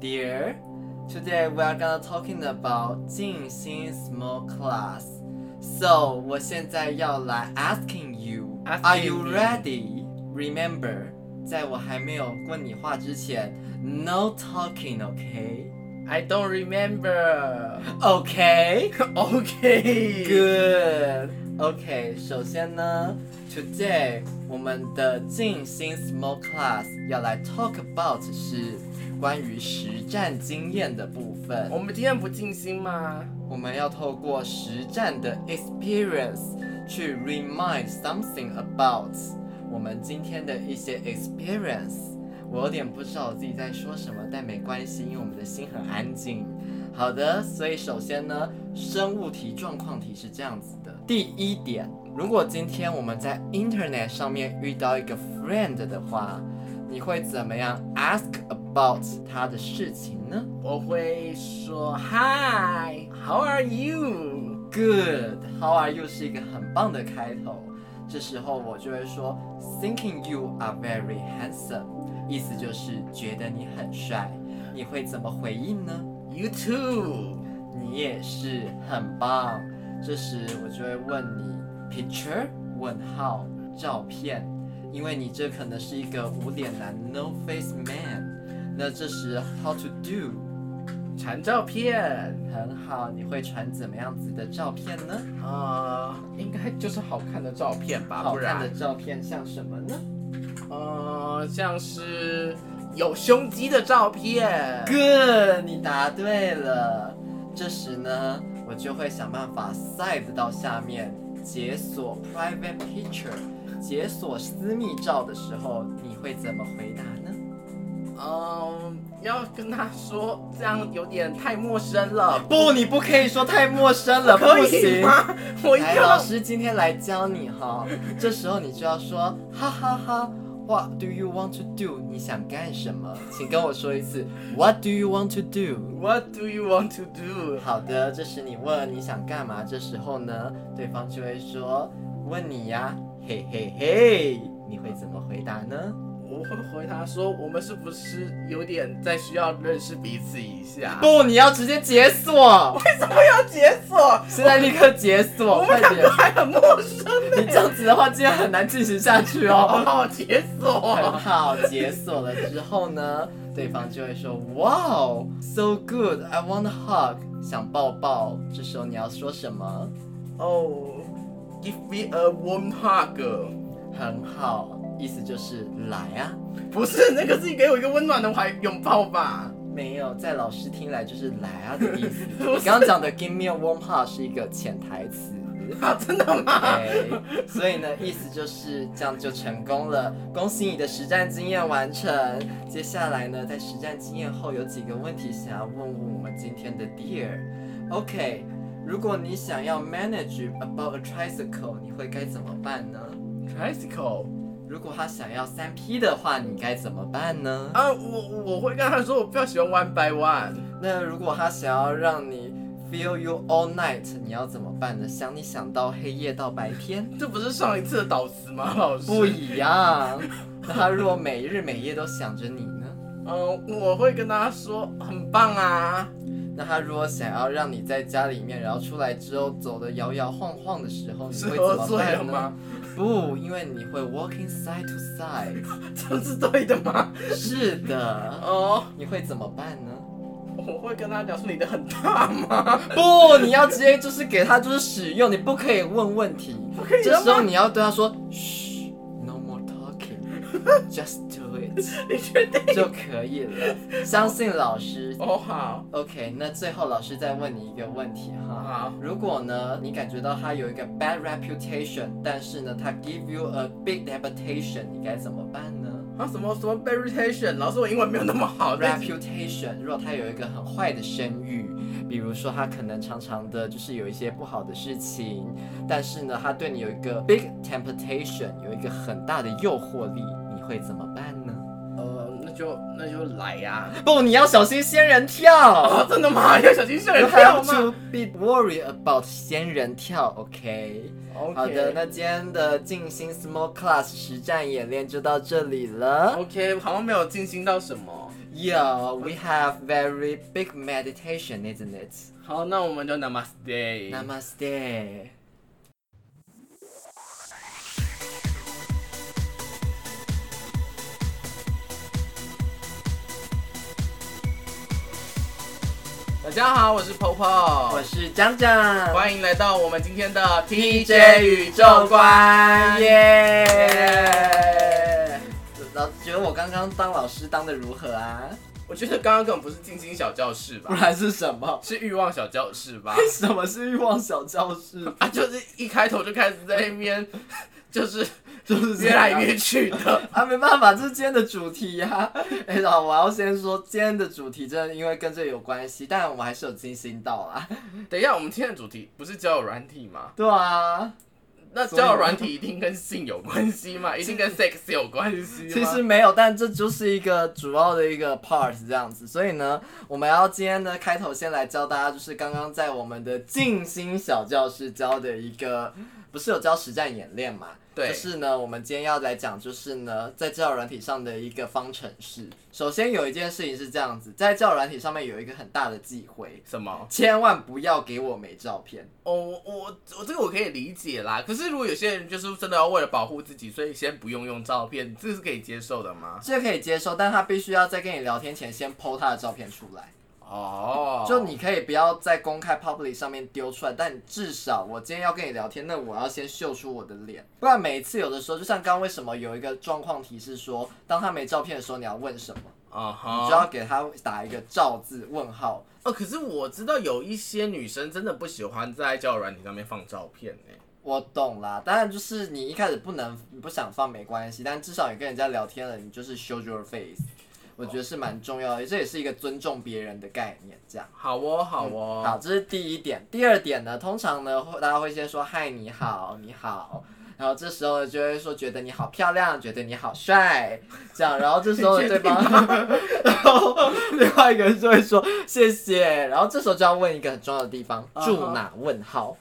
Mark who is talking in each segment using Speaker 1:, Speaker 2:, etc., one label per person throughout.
Speaker 1: Dear, today we are gonna talking about 静心 small class. So 我现在要来 asking you,
Speaker 2: Asking
Speaker 1: are you
Speaker 2: me.
Speaker 1: ready? Remember，在我还没有问你话之前，no talking, OK?
Speaker 2: I don't remember.
Speaker 1: OK?
Speaker 2: OK.
Speaker 1: Good. OK，首先呢，Today 我们的静心 Small Class 要来 talk about 是关于实战经验的部分
Speaker 2: 我。们今天不静心吗？
Speaker 1: 我们要透过实战的 experience 去 remind something about 我们今天的一些 experience。我有点不知道我自己在说什么，但没关系，因为我们的心很安静。好的，所以首先呢，生物题、状况题是这样子的。第一点，如果今天我们在 Internet 上面遇到一个 friend 的话，你会怎么样 ask about 他的事情呢？
Speaker 2: 我会说 Hi, how are you?
Speaker 1: Good, how are you 是一个很棒的开头。这时候我就会说，thinking you are very handsome，意思就是觉得你很帅。你会怎么回应呢？
Speaker 2: You too.
Speaker 1: 你也是很棒。这时我就会问你，picture 问号照片，因为你这可能是一个无脸男 no face man。那这时 how to do
Speaker 2: 传照片
Speaker 1: 很好，你会传怎么样子的照片呢？
Speaker 2: 啊、应该就是好看的照片吧，
Speaker 1: 好
Speaker 2: 啊不
Speaker 1: 看的
Speaker 2: 然
Speaker 1: 照片像什么呢？
Speaker 2: 呃，像是有胸肌的照片。
Speaker 1: Good，你答对了。这时呢，我就会想办法 save 到下面解锁 private picture，解锁私密照的时候，你会怎么回答呢？
Speaker 2: 嗯，要跟他说这样有点太陌生了，
Speaker 1: 不，你不可以说太陌生了，
Speaker 2: 可
Speaker 1: 不
Speaker 2: 以
Speaker 1: 行。
Speaker 2: 吗？我一定
Speaker 1: 来，老
Speaker 2: 要
Speaker 1: 师今天来教你哈。这时候你就要说哈哈哈。What do you want to do？你想干什么？请跟我说一次。What do you want to do？
Speaker 2: What do you want to do？
Speaker 1: 好的，这时你问你想干嘛，这时候呢，对方就会说问你呀，嘿嘿嘿，你会怎么回答呢？
Speaker 2: 我会回答说，我们是不是有点在需要认识彼此一下？
Speaker 1: 不，你要直接解锁，
Speaker 2: 为什么要 解锁？
Speaker 1: 现在立刻解锁，
Speaker 2: 我们
Speaker 1: 快
Speaker 2: 两
Speaker 1: 点
Speaker 2: 个！还很陌生
Speaker 1: 你这样子的话，今天很难进行下去哦。
Speaker 2: 哦，解
Speaker 1: 很
Speaker 2: 锁。啊
Speaker 1: 好，解锁了之后呢，对方就会说 Wow, so good, I want a hug，想抱抱。这时候你要说什么？
Speaker 2: 哦、g i v e me a warm hug。
Speaker 1: 很好，意思就是来啊。
Speaker 2: 不是，那个是给我一个温暖的怀拥抱吧？
Speaker 1: 没有，在老师听来就是来啊的意思。你刚刚讲的 “give me a warm heart” 是一个潜台词。
Speaker 2: 啊，真的 吗？
Speaker 1: OK，所 以呢，意思就是这样就成功了，恭喜你的实战经验完成。接下来呢，在实战经验后有几个问题想要问问我们今天的 Dear。OK，如果你想要 manage about a tricycle，你会该怎么办呢？
Speaker 2: Tricycle。
Speaker 1: 如果他想要三 P 的话，你该怎么办呢？
Speaker 2: 啊，我我会跟他说，我比较喜欢 one by one。
Speaker 1: 那如果他想要让你 feel you all night，你要怎么办呢？想你想到黑夜到白天，
Speaker 2: 这不是上一次的导师 吗，老师？
Speaker 1: 不一样。那他如果每日每夜都想着你呢？
Speaker 2: 嗯，我会跟他说很棒啊。
Speaker 1: 那他如果想要让你在家里面，然后出来之后走的摇摇晃晃的时候，你
Speaker 2: 是
Speaker 1: 会
Speaker 2: 喝
Speaker 1: 怎么
Speaker 2: 醉了
Speaker 1: 办
Speaker 2: 吗
Speaker 1: 呢？？不，因为你会 walking side to side。
Speaker 2: 这是对的吗？
Speaker 1: 是的，
Speaker 2: 哦，
Speaker 1: 你会怎么办呢？
Speaker 2: 我会跟他讲说你的很大 吗？
Speaker 1: 不，你要直接就是给他就是使用，你不可以问问题。
Speaker 2: 不可以
Speaker 1: 这
Speaker 2: 了
Speaker 1: 时候
Speaker 2: 吗？
Speaker 1: 你要对他说，嘘，no more talking，just do it
Speaker 2: 你确定？
Speaker 1: 就可以了。相信老师。
Speaker 2: 哦，好，
Speaker 1: OK，那最后老师再问你一个问题哈。
Speaker 2: 好，
Speaker 1: 如果呢，你感觉到他有一个 bad reputation，但是呢，他 give you a big reputation，你该怎么办呢
Speaker 2: 啊，什么什么 reputation，老师我英文没有那么好，但是
Speaker 1: ？reputation，如果他有一个很坏的声誉，比如说他可能常常的就是有一些不好的事情，但是呢，他对你有一个 big temptation，有一个很大的诱惑力，你会怎么办呢？
Speaker 2: 呃，那就那就来呀、
Speaker 1: 不，你要小心仙人跳
Speaker 2: 哦，。真的 吗？要小心吓
Speaker 1: You
Speaker 2: 人
Speaker 1: have
Speaker 2: 跳吗
Speaker 1: to be worried about 仙人跳，OK？
Speaker 2: ？OK，
Speaker 1: 好的，那今天的静心 Small Class 实战演练就到这里了。
Speaker 2: OK，好像没有进行到什么。
Speaker 1: Yeah, we have very big meditation, isn't it?
Speaker 2: 好，那我们就 Namaste。
Speaker 1: Namaste.
Speaker 2: 大家好，我是 Popo，
Speaker 1: 我是江江，
Speaker 2: 欢迎来到我们今天的
Speaker 1: TJ 宇宙观，
Speaker 2: 耶！
Speaker 1: 耶！老觉得我刚刚当老师当的如何啊？
Speaker 2: 我觉得刚刚根本不是静心小教室
Speaker 1: 不
Speaker 2: 吧，
Speaker 1: 然是什么？
Speaker 2: 是欲望小教室 吧？
Speaker 1: 什么是欲望小教室？
Speaker 2: 啊，就是一开头就开始在那边，就是
Speaker 1: 就是这
Speaker 2: 越
Speaker 1: 样
Speaker 2: 来越去的。
Speaker 1: 啊，没办法，这是今天的主题呀、 哎、然后我要先说，今天的主题真的因为跟这有关系，但我们还是有精心到啦。
Speaker 2: 等一下，我们今天的主题不是交友软体吗？
Speaker 1: 对啊，
Speaker 2: 那
Speaker 1: 所以呢
Speaker 2: 交友软体一定跟性有关系吗？一定跟 sex 有关系吗？
Speaker 1: 其实没有，但这就是一个主要的一个 part 这样子。所以呢，我们要今天的开头先来教大家，就是刚刚在我们的静心小教室教的一个，不是有教实战演练嘛？
Speaker 2: 对
Speaker 1: 就是呢，我们今天要来讲，就是呢，在教友软体上的一个方程式。首先有一件事情是这样子，在教友软体上面有一个很大的忌讳。
Speaker 2: 什么？
Speaker 1: 千万不要给我没照片。
Speaker 2: 哦，我我我这个我可以理解啦。可是如果有些人就是真的要为了保护自己，所以先不用用照片，这是可以接受的吗？
Speaker 1: 这可以接受，但他必须要在跟你聊天前先 PO 他的照片出来。
Speaker 2: 哦，
Speaker 1: 就你可以不要在公开 public 上面丢出来，但你至少我今天要跟你聊天，那我要先秀出我的脸，不然每一次有的时候，就像刚刚为什么有一个状况题是说，当他没照片的时候，你要问什么？
Speaker 2: 啊
Speaker 1: 你
Speaker 2: 哈，
Speaker 1: 就要给他打一个照字问号。
Speaker 2: 哦，可是我知道有一些女生真的不喜欢在交友软体上面放照片呢、
Speaker 1: 我懂啦，当然就是你一开始不能你不想放没关系，但至少你跟人家聊天了，你就是 show your face，我觉得是蛮重要的，这也是一个尊重别人的概念，这样。
Speaker 2: 好哦，好哦，
Speaker 1: 嗯好，这是第一点。第二点呢，通常呢，会大家会先说嗨，你好，你好， 然后这时候呢就会说觉得你好漂亮，觉得你好帅，这样，然后这时候
Speaker 2: 你
Speaker 1: 呢
Speaker 2: 确
Speaker 1: 对
Speaker 2: 定
Speaker 1: 方， 然后另外一个人就会说谢谢， 然后这时候就要问一个很重要的地方，
Speaker 2: 啊哈
Speaker 1: 住哪？问号。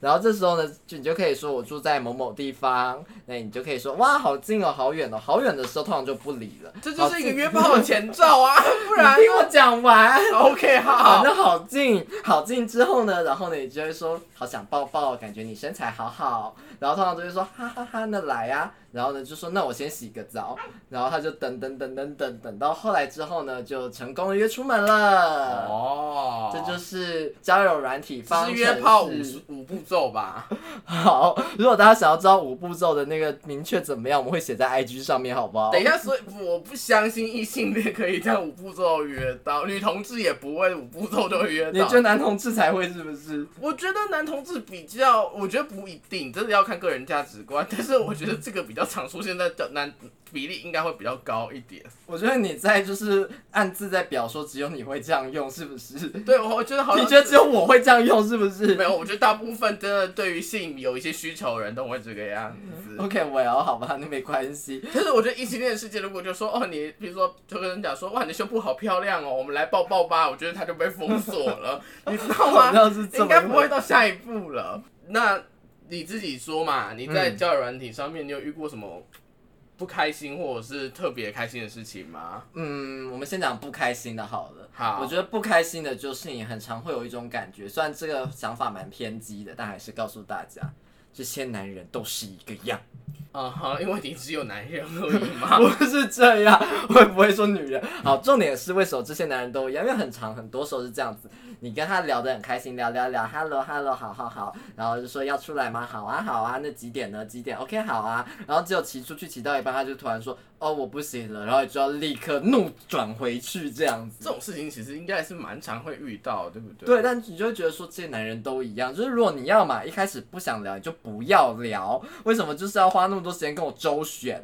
Speaker 1: 然后这时候呢，就你就可以说我住在某某地方，那你就可以说哇，好近哦，好远哦，好远的时候通常就不理了。
Speaker 2: 这就
Speaker 1: 好
Speaker 2: 是一
Speaker 1: 近
Speaker 2: 个约炮的前兆啊，不然
Speaker 1: 你听我讲完。
Speaker 2: OK
Speaker 1: 好，
Speaker 2: 好，
Speaker 1: 那好近，好近之后呢，然后呢，你就会说好想抱抱，感觉你身材好好，然后通常就会说哈哈哈，那来呀、然后呢就说那我先洗个澡，然后他就等等等等等等到后来之后呢，就成功的约出门了。
Speaker 2: 哦，
Speaker 1: 这就是交友软体
Speaker 2: 这
Speaker 1: 方
Speaker 2: 是
Speaker 1: 程
Speaker 2: 约炮五
Speaker 1: 式
Speaker 2: 十五步骤吧？
Speaker 1: 好，如果大家想要知道五步骤的那个明确怎么样，我们会写在 IG 上面，好不好？
Speaker 2: 等一下，所以我不相信异性恋可以这样五步骤约到，女同志也不会五步骤就约
Speaker 1: 你
Speaker 2: 到
Speaker 1: 觉。得男同志才会是不是？
Speaker 2: 我觉得男同志比较，我觉得不一定，真的要看个人价值观。但是我觉得这个比较常出现在的男比例应该会比较高一 点。
Speaker 1: 我觉得你在就是暗自在表说只有你会这样用，是不是？
Speaker 2: 对，我我觉得好像
Speaker 1: 你觉得只有我会这样用是不
Speaker 2: 没
Speaker 1: 是
Speaker 2: 有，我觉得大部分真的对于性有一些需求的人都会这个样子。
Speaker 1: ？OK，我也要好吧，那没关 系。
Speaker 2: 但是我觉得异性恋的世界，如果就说哦，你比如说就跟人讲说哇，你的胸部好漂亮哦，我们来抱抱吧，我觉得他就被封锁了，你知道
Speaker 1: 我
Speaker 2: 吗
Speaker 1: 知？道是这
Speaker 2: 应
Speaker 1: 么
Speaker 2: 该不会到下一步了。那你自己说嘛，你
Speaker 1: 嗯
Speaker 2: 在交友软体上面，你有遇过什么不开心或者是特别开心的事情吗？
Speaker 1: 嗯，我们先讲不开心的好了。
Speaker 2: 好
Speaker 1: 我觉得不开心的就是你很常会有一种感觉，虽然这个想法蛮偏激的，但还是告诉大家，这些男人都是一个样，
Speaker 2: 啊哈，因为你只有男人而已嘛。
Speaker 1: 不是这样， 我也不会说女人。好，重点是为什么这些男人都一样？因为很长，很多时候是这样子，你跟他聊得很开心，聊聊聊，hello hello，好好好，然后就说要出来吗？好啊好啊，那几点呢？几点？OK 好啊，然后只有骑出去骑到一半，他就突然说哦我不行了，然后你就要立刻怒转回去这样子
Speaker 2: 这。种事情其实应该是蛮常会遇到，对不对？
Speaker 1: 对，但你就会觉得说这些男人都一样，就是如果你要嘛，一开始不想聊，你就不要聊。为什么就是要花那么多时间跟我周旋？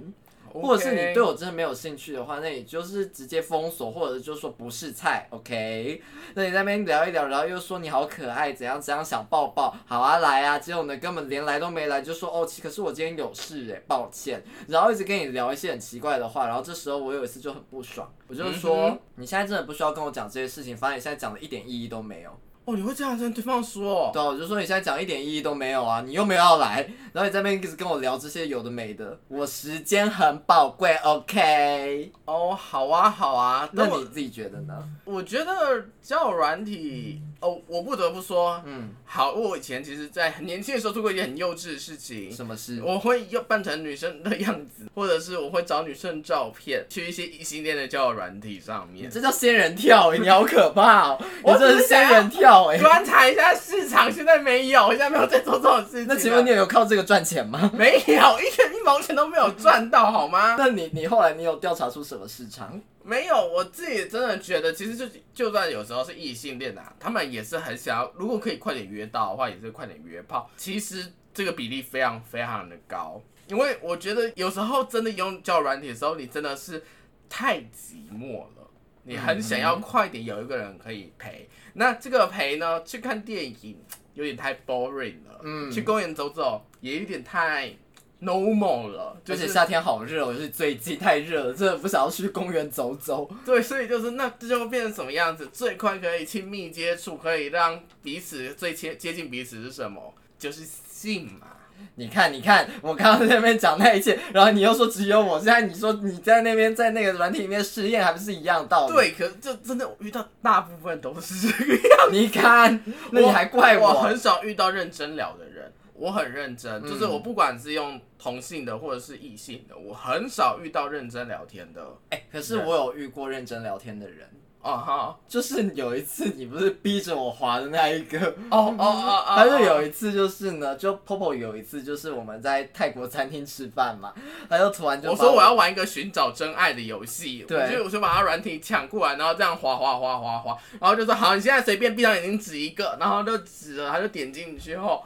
Speaker 2: OK，
Speaker 1: 或者是你对我真的没有兴趣的话，那你就是直接封锁，或者就说不是菜，OK？那你在那边聊一聊，然后又说你好可爱，怎样怎样想抱抱，好啊来啊，结果呢根本连来都没来，就说哦，其可是我今天有事哎、抱歉，然后一直跟你聊一些很奇怪的话，然后这时候我有一次就很不爽，我就说、
Speaker 2: 嗯哼
Speaker 1: 你现在真的不需要跟我讲这些事情，反正你现在讲的一点意义都没有。
Speaker 2: 哦，你会这样跟对方说、哦？
Speaker 1: 对啊，我就说你现在讲一点意义都没有啊，你又没有要来， 然后你在那边一直跟我聊这些有的没的，我时间很宝贵，OK？
Speaker 2: 哦，好啊，好啊。
Speaker 1: 那
Speaker 2: 但我
Speaker 1: 你自己觉得呢？
Speaker 2: 我觉得交友软体，哦，我不得不说，
Speaker 1: 嗯，
Speaker 2: 好，因为我以前其实，在很年轻的时候做过一件很幼稚的事情，
Speaker 1: 嗯什么事？
Speaker 2: 我会要扮成女生的样子，或者是我会找女生照片去一些异性恋的交友软体上
Speaker 1: 你
Speaker 2: 面
Speaker 1: 这叫仙人跳、欸，你好可怕哦、
Speaker 2: 我
Speaker 1: 你
Speaker 2: 只是
Speaker 1: 这是仙人跳 哎、
Speaker 2: 观察一下市场，现在没有，现在没有在做这种事情啊。
Speaker 1: 那请问你有靠这个赚钱吗？
Speaker 2: 没有一点一毛钱都没有赚到好吗？
Speaker 1: 那你你后来你有调查出什么市场？
Speaker 2: 没有，我自己真的觉得，其实就就算有时候是异性恋啊，他们也是很想要，如果可以快点约到的话，也是快点约炮。其实这个比例非常非常的高，因为我觉得有时候真的用交友软体的时候，你真的是太寂寞了，你很想要快点有一个人可以陪。那这个陪呢，去看电影有点太 boring 了，
Speaker 1: 嗯
Speaker 2: 去公园走走也有点太 normal 了，就
Speaker 1: 而
Speaker 2: 是
Speaker 1: 且夏天好热，我是最近太热了，真的不想要去公园走走。
Speaker 2: 对，所以就是那这就会变成什么样子？最快可以亲密接触，可以让彼此最接接近彼此是什么？就是性嘛。
Speaker 1: 你看，你看，我刚刚在那边讲那一切，然后你又说只有我，现在你说你在那边在那个软体里面试验，还不是一样道理？，
Speaker 2: 对，可是这真的我遇到大部分都是这个样子
Speaker 1: 你看，那你还怪
Speaker 2: 我嗯
Speaker 1: 我？
Speaker 2: 很少遇到认真聊的人，我很认真，就是我不管是用同性的或者是异性的，我很少遇到认真聊天的。
Speaker 1: 哎、可是我有遇过认真聊天的人，
Speaker 2: 哦哈，
Speaker 1: 就是有一次你不是逼着我滑的那一个，
Speaker 2: 哦哦哦哦，
Speaker 1: 他就有一次就是呢，就 Popo 有一次就是我们在泰国餐厅吃饭嘛，他就突然就
Speaker 2: 我
Speaker 1: 把
Speaker 2: 说我要玩一个寻找真爱的游戏，
Speaker 1: 对
Speaker 2: 我就我就把他软体抢过来，然后这样滑滑滑滑滑，然后就说好，你现在随便闭上眼睛指一个，然后就指了，他就点进去后，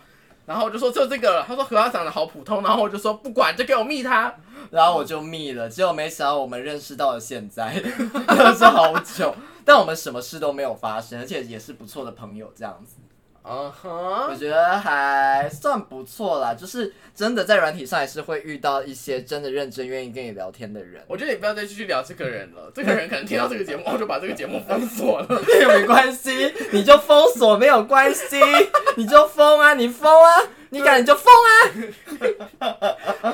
Speaker 2: 然后我就说就这个了，他说和他长得好普通，然后我就说不管，就给我密他，
Speaker 1: 然后我就密了，结果没想到我们认识到了现在，真的是好久，但我们什么事都没有发生，而且也是不错的朋友这样子，
Speaker 2: 嗯哼，
Speaker 1: 我觉得还算不错啦。就是真的在软体上也是会遇到一些真的认真愿意跟你聊天的人，
Speaker 2: 我觉得你不要再继续聊这个人了，这个人可能听到这个节目，我就把这个节目封锁了。
Speaker 1: 也没关系，你就封锁没有关系，你就封啊，你封啊，你敢你就封啊。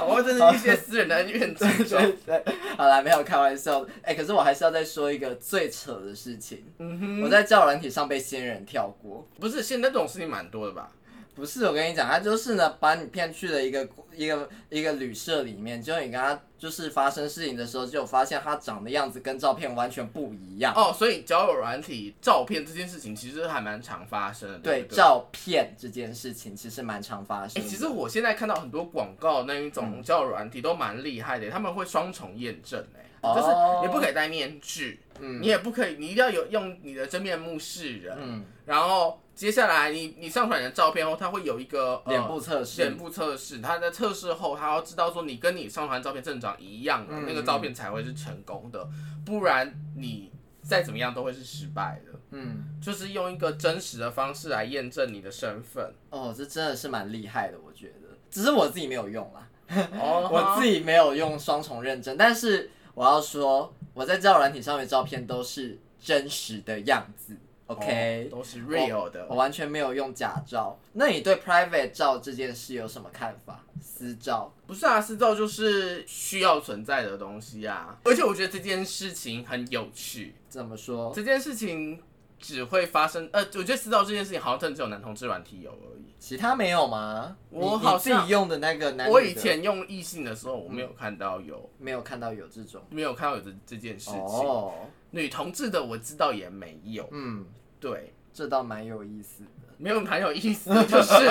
Speaker 2: 我真的是一些私人的恩怨之
Speaker 1: 对
Speaker 2: 中，
Speaker 1: 对，好啦，没有开玩笑的。哎、可是我还是要再说一个最扯的事情。
Speaker 2: 嗯哼，
Speaker 1: 我在教软体上被仙人跳过，
Speaker 2: 不是现在这种事情蛮多的吧？
Speaker 1: 不是我跟你讲，他就是呢把你骗去了一个一个一个旅社里面，结果你跟他就是发生事情的时候，就发现他长的样子跟照片完全不一样。
Speaker 2: 哦，所以交友软体照片这件事情其实还蛮常发生的，对
Speaker 1: 对
Speaker 2: 不对
Speaker 1: 照片这件事情，其实蛮常发
Speaker 2: 哎、
Speaker 1: 生的。
Speaker 2: 其实我现在看到很多广告那一
Speaker 1: 嗯
Speaker 2: 种交友软体都蛮厉害的，他们会双重验证哎、
Speaker 1: 哦
Speaker 2: 就是你不可以戴面具，
Speaker 1: 嗯
Speaker 2: 你也不可以，你一定要有用你的真面目示人，
Speaker 1: 嗯，
Speaker 2: 然后接下来你你上传你的照片后，它会有一个、呃、
Speaker 1: 脸部测试
Speaker 2: 脸，部测试，它在测试后，它要知道说你跟你上传照片正长一样的、
Speaker 1: 嗯
Speaker 2: 那个照片才会是成功的，不然你再怎么样都会是失败的。
Speaker 1: 嗯，
Speaker 2: 就是用一个真实的方式来验证你的身 份。
Speaker 1: 哦，这真的是蛮厉害的，我觉得。只是我自己没有用啦。啊
Speaker 2: 哦
Speaker 1: 我自己没有用双重认证，但是我要说，我在交友软体上面照片都是真实的样子，OK，、
Speaker 2: 哦
Speaker 1: 哦
Speaker 2: 都是 real 的。
Speaker 1: 我完全没有用假照。那你对 private 照这件事有什么看法？私照？
Speaker 2: 不是啊，私照就是需要存在的东西啊。而且我觉得这件事情很有趣，
Speaker 1: 怎么说？
Speaker 2: 这件事情只会发生。呃，我觉得私照这件事情好像真的只有男同志软体有而已。
Speaker 1: 其他没有吗？你你
Speaker 2: 我好
Speaker 1: 自
Speaker 2: 像
Speaker 1: 己用的那个男女的
Speaker 2: 我以前用异性的时候，我没有看到有，
Speaker 1: 没有看到有这种
Speaker 2: 没有看到有这这件事情。
Speaker 1: 哦，
Speaker 2: 女同志的我知道也没有，
Speaker 1: 嗯，
Speaker 2: 对。
Speaker 1: 这倒蛮有意思的。
Speaker 2: 没有蛮有意思，就是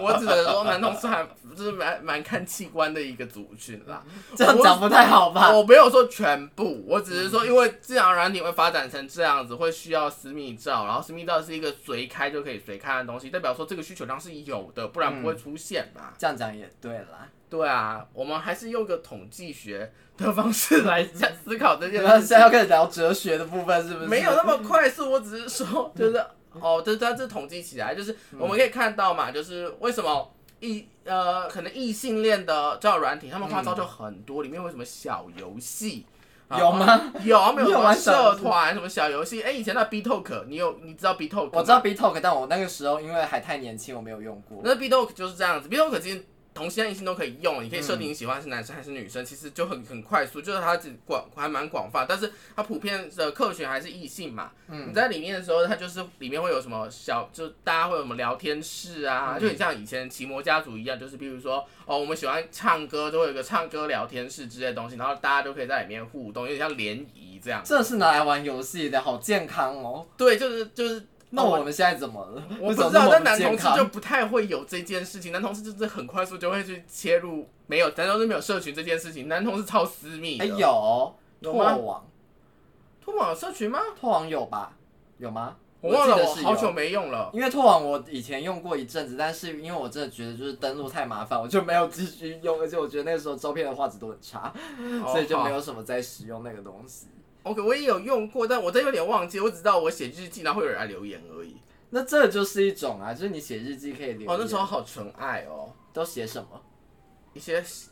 Speaker 2: 我只能说男同志还就是蛮蛮看器官的一个族群啦。
Speaker 1: 这样讲不太好吧？
Speaker 2: 我没有说全部，我只是说，因为自然软体会发展成这样子，会需要私密照，然后私密照是一个随开就可以随看的东西，代表说这个需求量是有的，不然不会出现嘛。
Speaker 1: 这样讲也对啦。
Speaker 2: 对啊，我们还是用个统计学的方式来思考这件
Speaker 1: 然后
Speaker 2: 事
Speaker 1: 现
Speaker 2: 情
Speaker 1: 在。要开始聊哲学的部分，是不是？
Speaker 2: 没有那么快速，我只是说，就是哦，对，它这统计起来，就是我们可以看到嘛，就是为什么异呃，可能异性恋的交友软体，他们花招就很多，里面会有什么小游戏，
Speaker 1: 有吗？
Speaker 2: 有啊，没
Speaker 1: 你有
Speaker 2: 有
Speaker 1: 玩
Speaker 2: 社团什么小游戏？哎、以前那 B Talk，你有你知道 B Talk？吗
Speaker 1: 我知道 B Talk，但我那个时候因为还太年轻，我没有用过。
Speaker 2: 那 B Talk 就是这样子，B Talk 其实同性恋异性都可以用，你可以设定你喜欢是男生还是女
Speaker 1: 嗯
Speaker 2: 生，其实就很很快速，就是它只广还蛮广泛，但是它普遍的客群还是异性嘛。
Speaker 1: 嗯
Speaker 2: 你在里面的时候，它就是里面会有什么小，就大家会有什么聊天室啊，
Speaker 1: 嗯
Speaker 2: 就很像以前奇摩家族一样，就是比如说哦，我们喜欢唱歌，都会有一个唱歌聊天室之类的东西，然后大家就可以在里面互动，有点像联谊这样。
Speaker 1: 这是拿来玩游戏的，好健康哦。
Speaker 2: 对，就是就是。
Speaker 1: 那我们现在怎么了？
Speaker 2: 我
Speaker 1: 为
Speaker 2: 不
Speaker 1: 什么
Speaker 2: 知道，
Speaker 1: 那
Speaker 2: 但
Speaker 1: 么
Speaker 2: 男
Speaker 1: 不健
Speaker 2: 同志
Speaker 1: 康
Speaker 2: 就不太会有这件事情，男同志就是很快速就会去切入，没有男同志没有社群这件事情，男同志超私密的。
Speaker 1: 哎、有
Speaker 2: 有
Speaker 1: 拓
Speaker 2: 吗
Speaker 1: 网，
Speaker 2: 脱网有社群吗？
Speaker 1: 拓网有吧？有吗？
Speaker 2: 我忘了，
Speaker 1: 记得
Speaker 2: 我
Speaker 1: 是
Speaker 2: 好久
Speaker 1: 有。
Speaker 2: 没用了。
Speaker 1: 因为拓网我以前用过一阵子，但是因为我真的觉得就是登录太麻烦，我就没有继续用，而且我觉得那个时候照片的画质都很差，嗯所以就没
Speaker 2: 哦。好
Speaker 1: 有什么在使用那个东西。
Speaker 2: OK，我也有用过，但我真有点忘记，我只知道我写日记，然后会有人来留言而已。
Speaker 1: 那这就是一种啊，就是你写日记可以留言，
Speaker 2: 哦，那时候好纯爱哦，
Speaker 1: 都写什么？
Speaker 2: 一些心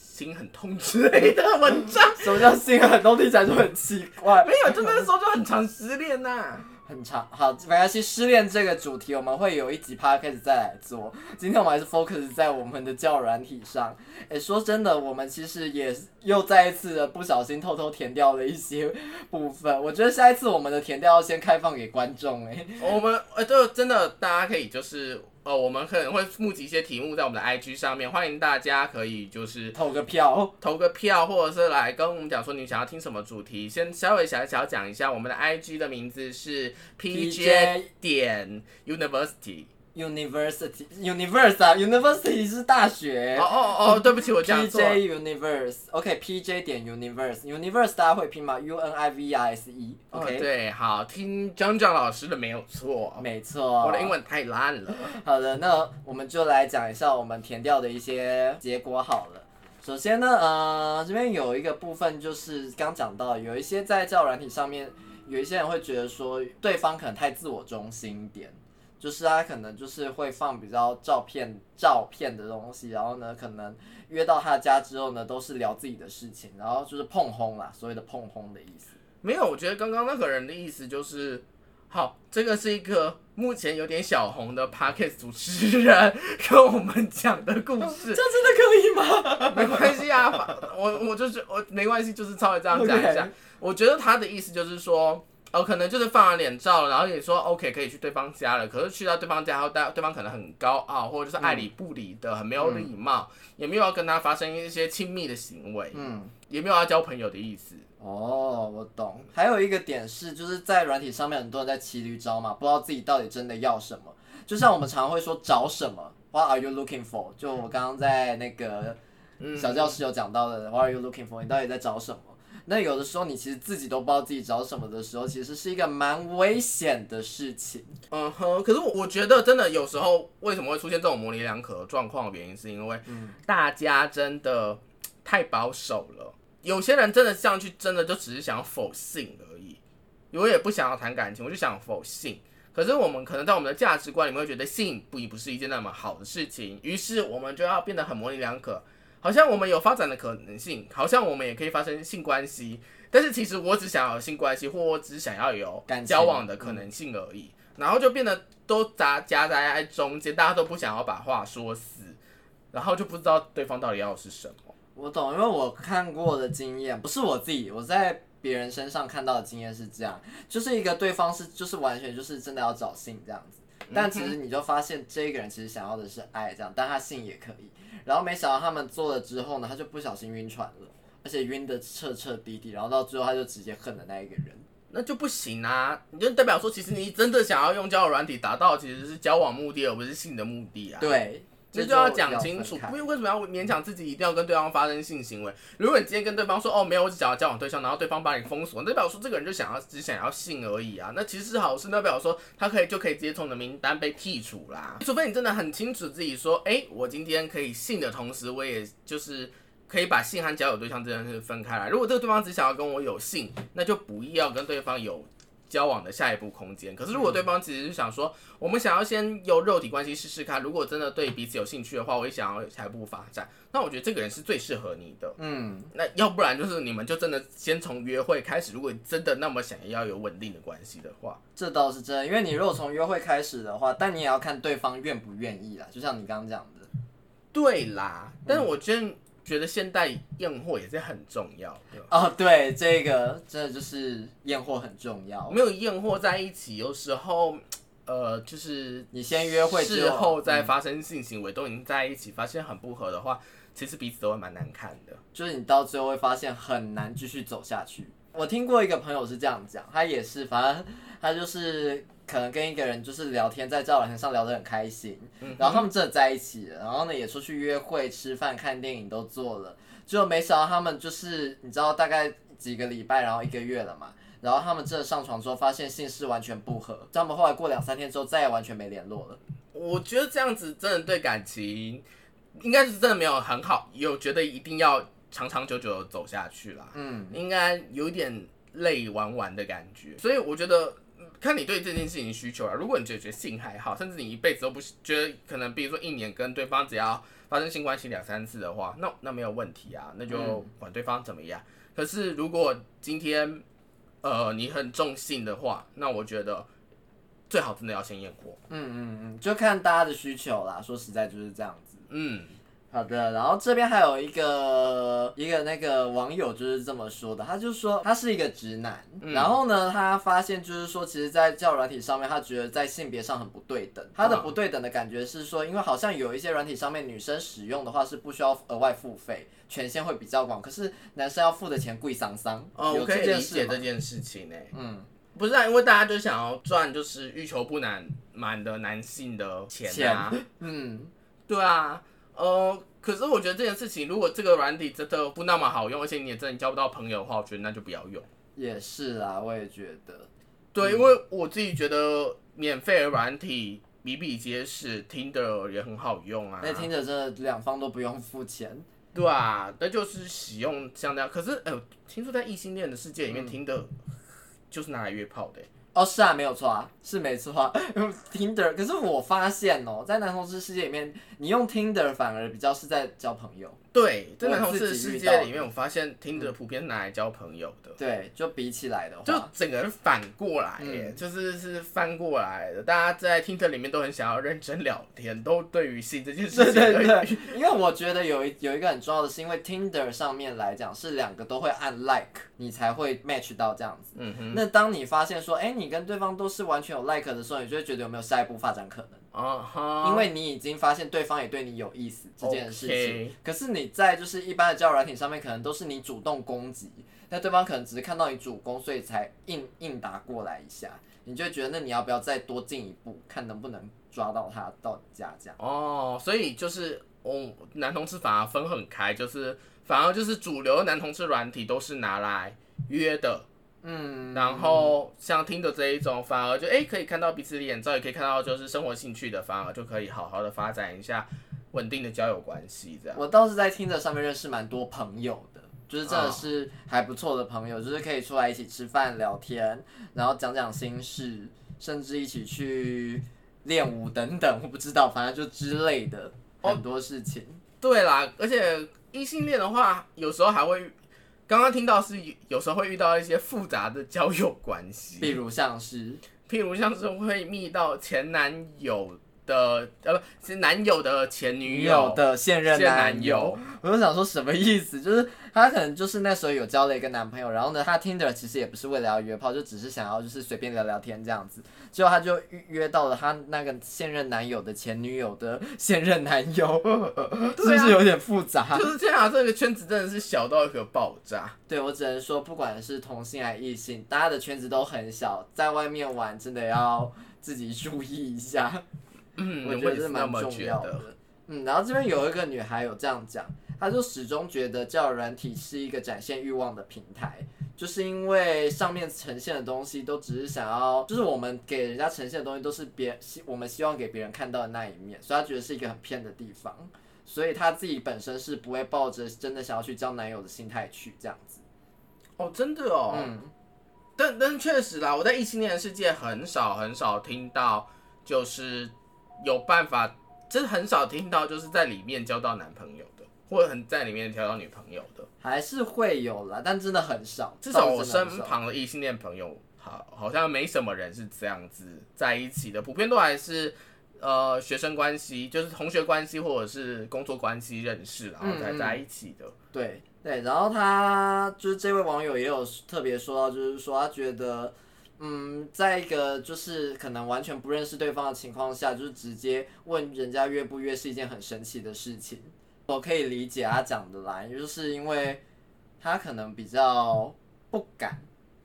Speaker 2: 心很痛之类的文章，
Speaker 1: 什么叫心很痛？听起来就很奇怪
Speaker 2: 没。有，就那时候就很常失恋呐、
Speaker 1: 很长，好，没关系。失恋这个主题，我们会有一集 podcast 再来做。 今天我们还是 focus 在我们的教软体上。诶，说真的，我们其实也又再一次的不小心偷偷填掉了一些部分。我觉得下一次我们的填掉要先开放给观众、诶，
Speaker 2: 我们呃，就真的大家可以就是呃，我们可能会募集一些题目在我们的 IG 上面，欢迎大家可以就是
Speaker 1: 投个票。
Speaker 2: 投个票，或者是来跟我们讲说你想要听什么主题。先稍微小小讲一下，我们的 IG 的名字是 PJ
Speaker 1: PJ
Speaker 2: 点 University。
Speaker 1: University Universe 啊，University 是大学。
Speaker 2: 哦哦哦，对不起，我讲错了。
Speaker 1: PJ Universe，OK，PJ、点 Universe，Universe 大家会拼吗？U N I V E I S E，OK，、
Speaker 2: 哦，对，好，听张张老师的没有错，
Speaker 1: 没错。
Speaker 2: 我的英文太烂了。
Speaker 1: 好的，那我们就来讲一下我们填掉的一些结果好了。首先呢，呃，这边有一个部分就是刚讲到，有一些在教软体上面，有一些人会觉得说对方可能太自我中心一点，就是他可能就是会放比较照片、照片的东西，然后呢，可能约到他家之后呢，都是聊自己的事情，然后就是碰轰啦，所谓的碰轰的意思。
Speaker 2: 没有，我觉得刚刚那个人的意思就是，好，这个是一个目前有点小红的 podcast 主持人跟我们讲的故
Speaker 1: 这
Speaker 2: 事，
Speaker 1: 真的可以吗？
Speaker 2: 没关系啊，反我我就是我没关系，就是稍微这样讲一下。
Speaker 1: OK
Speaker 2: 我觉得他的意思就是说。哦，可能就是放完脸照了，然后也说 OK 可以去对方家了，可是去到对方家后，大对方可能很高傲，或者就是爱理不理的，很没有礼貌，也没有要跟他发生一些亲密的行为，
Speaker 1: 嗯。
Speaker 2: 也没有要交朋友的意思。
Speaker 1: 哦，我懂。还有一个点是，就是在软体上面，很多人在骑驴找马，不知道自己到底真的要什么。就像我们常会说找什么，What are you looking for？就我刚刚在那个
Speaker 2: 嗯，
Speaker 1: 小教室有讲到的、w h a t are you looking for？你到底在找什么？那有的时候你其实自己都不知道自己找什么的时候，其实是一个蛮危险的事情。
Speaker 2: 嗯哼，可是我我觉得真的有时候为什么会出现这种模棱两可的状况，原因是因为大家真的太保守了。有些人真的上去，真的就只是想要否性而已，我也不想要谈感情，我就想否性。可是我们可能在我们的价值观里面会觉得性不不是一件那么好的事情，于是我们就要变得很模棱两可，好像我们有发展的可能性，好像我们也可以发生性关系，但是其实我只想要有性关系，或我只想要有
Speaker 1: 感情
Speaker 2: 交往的可能性而已，然后就变得都杂夹杂在中间，大家都不想要把话说死，然后就不知道对方到底要的是什么。
Speaker 1: 我懂，因为我看过的经验不是我自己，我在别人身上看到的经验是这样，就是一个对方是就是完全就是真的要找性这样子，
Speaker 2: 嗯
Speaker 1: 但其实你就发现这个人其实想要的是爱这样，但他性也可以，然后没想到他们做了之后呢，他就不小心晕船了，而且晕得彻彻底底，然后到最后他就直接恨了那一个人。
Speaker 2: 那就不行啊！你就代表说，其实你真的想要用交友软体达到其实是交往目的，而不是性的目的啊。
Speaker 1: 对，
Speaker 2: 这
Speaker 1: 这
Speaker 2: 就要讲清楚
Speaker 1: 要分，开
Speaker 2: 不为为什么要勉强自己一定要跟对方发生性行为？如果你今天跟对方说哦没有，我只想要交往对象，然后对方把你封锁，那代表说这个人就想要只想要性而已啊，那其实是好事，那代表说他可以就可以直接从你的名单被剔除啦。除非你真的很清楚自己说，哎、我今天可以性的同时，我也就是。可以把性和交友对象这件事分开来。如果这个对方只想要跟我有性，那就不要跟对方有交往的下一步空间。可是如果对方其实是想说，我们想要先由肉体关系试试看，如果真的对彼此有兴趣的话，我也想要下一步发展，那我觉得这个人是最适合你的。
Speaker 1: 嗯，
Speaker 2: 那要不然就是你们就真的先从约会开始，如果真的那么想要有稳定的关系的话，
Speaker 1: 这倒是真的，因为你如果从约会开始的话，但你也要看对方愿不愿意啦，就像你刚刚讲的。
Speaker 2: 对啦。但是我真的觉得现代验货也是很重要的，
Speaker 1: 哦，对，这个真的就是验货很重要。
Speaker 2: 没有验货在一起，有时候呃就是
Speaker 1: 你先约会之嗯
Speaker 2: 事后再发生性行为，都已经在一起，发现很不合的话，其实彼此都会蛮难看的。
Speaker 1: 就是你到最后会发现很难继续走下去。我听过一个朋友是这样讲，他也是，反正他就是可能跟一个人就是聊天，在交友软件上聊得很开心，然后他们真的在一起了，然后呢也出去约会、吃饭、看电影都做了，结果没想到他们就是你知道大概几个礼拜，然后一个月了嘛。然后他们真的上床之后，发现性事完全不合。他们后来过两三天之后，再也完全没联络了。
Speaker 2: 我觉得这样子真的对感情，应该是真的没有很好，有觉得一定要长长久久地走下去啦，
Speaker 1: 嗯，
Speaker 2: 应该有点累玩玩的感觉。所以我觉得。嗯看你对这件事情需求啊，如果你觉得性还好，甚至你一辈子都不觉得可能，比如说一年跟对方只要发生性关系两三次的话，那那没有问题啊，那就
Speaker 1: 嗯
Speaker 2: 管对方怎么样。可是如果今天呃你很重性的话，那我觉得最好真的要先验货。
Speaker 1: 嗯嗯嗯，就看大家的需求啦。说实在就是这样子。
Speaker 2: 嗯，
Speaker 1: 好的，然后这边还有一个一个那个网友就是这么说的，他就说他是一个直男，
Speaker 2: 嗯
Speaker 1: 然后呢，他发现就是说，其实，在交友软体上面，他觉得在性别上很不对等。他的
Speaker 2: 嗯
Speaker 1: 不对等的感觉是说，因为好像有一些软体上面女生使用的话是不需要额外付费，权限会比较广，可是男生要付的钱贵桑桑。
Speaker 2: 哦，
Speaker 1: 有
Speaker 2: 我可以
Speaker 1: 这件
Speaker 2: 理
Speaker 1: 事
Speaker 2: 解
Speaker 1: 吗
Speaker 2: 这件事情呢、
Speaker 1: 嗯，
Speaker 2: 不是、啊，因为大家就想要赚就是欲求不难满的男性的钱啊，
Speaker 1: 嗯，
Speaker 2: 对啊，呃，可是我觉得这件事情，如果这个软体真的不那么好用，而且你也真的交不到朋友的话，我觉得那就不要用。
Speaker 1: 也是啦，我也觉得。
Speaker 2: 对，因为我自己觉得免费的软体比比皆是，听的也很好用啊。
Speaker 1: 那听着，真的两方都不用付钱。
Speaker 2: 对啊，那就是使用像这样。可是，哎、我听说在异性恋的世界里面，
Speaker 1: 嗯
Speaker 2: 听的就是拿来约炮的欸、
Speaker 1: 哦，是啊，没有错啊，是没错啊。Tinder，可是我发现哦，在男同志世界里面，你用 Tinder 反而比较是在交朋友，
Speaker 2: 对，在
Speaker 1: 我
Speaker 2: 男同
Speaker 1: 自
Speaker 2: 志的
Speaker 1: 己
Speaker 2: 世
Speaker 1: 遇到嗯
Speaker 2: 界
Speaker 1: 的
Speaker 2: 里面，我发现听的普遍拿来交朋友的。
Speaker 1: 对，就比起来的
Speaker 2: 就
Speaker 1: 话，
Speaker 2: 整个人反过来耶，
Speaker 1: 嗯
Speaker 2: 就是是翻过来的。大家在听的里面都很想要认真聊天，都对于性这件事
Speaker 1: 对
Speaker 2: 情，
Speaker 1: 对对，因为我觉得有一有一个很重要的是，因为 Tinder 上面来讲是两个都会按 like，你才会 match 到这样子。
Speaker 2: 嗯哼，
Speaker 1: 那当你发现说，哎、你跟对方都是完全有 like 的时候，你就会觉得有没有下一步发展可能。
Speaker 2: 啊哈，
Speaker 1: 因为你已经发现对方也对你有意思这件事情
Speaker 2: OK
Speaker 1: 可是你在就是一般的交友软体上面，可能都是你主动攻击，那对方可能只是看到你主攻，所以才应应答过来一下，你就会觉得那你要不要再多进一步，看能不能抓到他到你家这样。
Speaker 2: 哦，所以就是哦，男同志反而分很开，就是反而就是主流的男同志软体都是拿来约的，
Speaker 1: 嗯，
Speaker 2: 然后像听的这一种，反而就哎可以看到彼此的眼罩，也可以看到就是生活兴趣的，反而就可以好好的发展一下稳定的交友关系这样。
Speaker 1: 我倒是在听着上面认识蛮多朋友的。就是真的是还不错的朋友就是可以出来一起吃饭聊天，然后讲讲心事，甚至一起去练舞等等，我不知道，反正就之类的、很多事情。
Speaker 2: 对啦，而且异性恋的话，有时候还会遇，刚刚听到是有时候会遇到一些复杂的交友关
Speaker 1: 比
Speaker 2: 系，
Speaker 1: 如像是，
Speaker 2: 譬如像是会密到前男友的，呃，不是男友的前女
Speaker 1: 女
Speaker 2: 友
Speaker 1: 友、的现任
Speaker 2: 现
Speaker 1: 男
Speaker 2: 男
Speaker 1: 友
Speaker 2: 友，，
Speaker 1: 我就想说什么意思？就是她可能就是那时候有交了一个男朋友，然后呢，她 Tinder 其实也不是为了要约炮，就只是想要就是随便聊聊天这样子。结果她就约约到了她那个现任男友的前女友的现任男友， 是不是有点复杂？
Speaker 2: 就是这样啊，这个圈子真的是小到一个爆炸。
Speaker 1: 对我只能说，不管是同性还是异性，大家的圈子都很小，在外面玩真的要自己注意一下。
Speaker 2: 嗯，
Speaker 1: 我觉
Speaker 2: 我
Speaker 1: 得
Speaker 2: 也
Speaker 1: 这
Speaker 2: 是
Speaker 1: 蛮
Speaker 2: 那么
Speaker 1: 重
Speaker 2: 觉
Speaker 1: 要
Speaker 2: 得
Speaker 1: 的。。嗯，然后这边有一个女孩有这样讲，她就始终觉得交友软体是一个展现欲望的平台，就是因为上面呈现的东西都只是想要，就是我们给人家呈现的东西都是别希我们希望给别人看到的那一面，所以她觉得是一个很骗的地方，所以她自己本身是不会抱着真的想要去交男友的心态去这样子。
Speaker 2: 哦，真的哦，
Speaker 1: 嗯，
Speaker 2: 但但确实啦，我在异性恋的世界很少很少听到，就是有办法，真的很少听到，就是在里面交到男朋友的，或者很在里面交到女朋友的。
Speaker 1: 还是会有啦，但真的很少。
Speaker 2: 至少
Speaker 1: 倒
Speaker 2: 我
Speaker 1: 是真的很
Speaker 2: 身
Speaker 1: 少
Speaker 2: 旁的异性恋朋友，好，好像没什么人是这样子在一起的，普遍都还是呃学生关系，就是同学关系或者是工作关系认识，然后才
Speaker 1: 嗯嗯
Speaker 2: 在一起的。
Speaker 1: 对对，然后他就是这位网友也有特别说到，就是说他觉得，嗯，在一个就是可能完全不认识对方的情况下，就是直接问人家约不约是一件很神奇的事情。我可以理解他讲的啦，就是因为他可能比较不敢，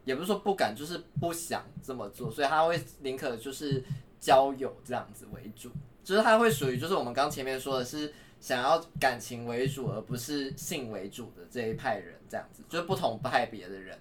Speaker 1: 也不是说不敢，就是不想这么做，所以他会宁可就是交友这样子为主，就是他会属于就是我们刚前面说的是想要感情为主，而不是性为主的这一派人，这样子就是不同派别的人，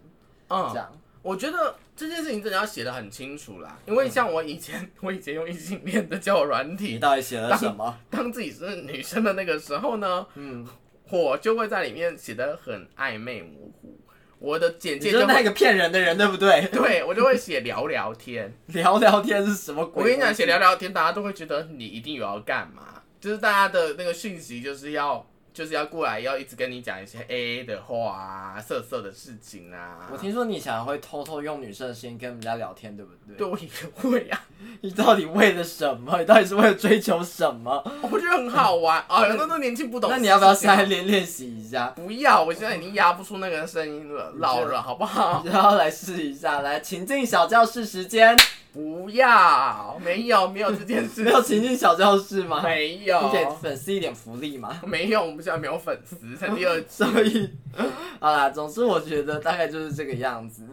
Speaker 2: 嗯，
Speaker 1: 这样
Speaker 2: 我觉得这件事情真的要写的很清楚啦，因为像我以前， 我以前用异性恋的交友软
Speaker 1: 你
Speaker 2: 体，
Speaker 1: 到底写了什么？
Speaker 2: 当自己是女生的那个时候呢，
Speaker 1: 嗯，
Speaker 2: 我就会在里面写的很暧昧模糊，我的简
Speaker 1: 你
Speaker 2: 介
Speaker 1: 就
Speaker 2: 就是
Speaker 1: 那
Speaker 2: 会，
Speaker 1: 个骗人的人，对不对？
Speaker 2: 对我就会写聊聊天。
Speaker 1: 聊聊天是什么鬼？
Speaker 2: 我跟你讲，写聊，聊天，大家都会觉得你一定有要干嘛，就是大家的那个讯息就是要。就是要过来，要一直跟你讲一些 A A 的话啊，色色的事情啊。
Speaker 1: 我听说你想会偷偷用女生的声音跟人家聊天，对不对？
Speaker 2: 对我也会啊，
Speaker 1: 你到底为了什么？你 到底是为了追求什么？
Speaker 2: 我觉得很好玩啊，很多都年轻不懂
Speaker 1: 嗯
Speaker 2: 事情啊。
Speaker 1: 那你要不要现在练练习一下？
Speaker 2: 不要，我现在已经压不出那个声音了，老了，好不好？
Speaker 1: 然后来试一下，来情境小教室时间，
Speaker 2: 不要，没有，没有这件事
Speaker 1: 没，有情境小教室吗？
Speaker 2: 没
Speaker 1: 你给
Speaker 2: 有，
Speaker 1: 粉丝一点福利吗？
Speaker 2: 没有，我们现在没有粉丝，才第二 季。
Speaker 1: 所以，好啦，总之我觉得大概就是这个样子。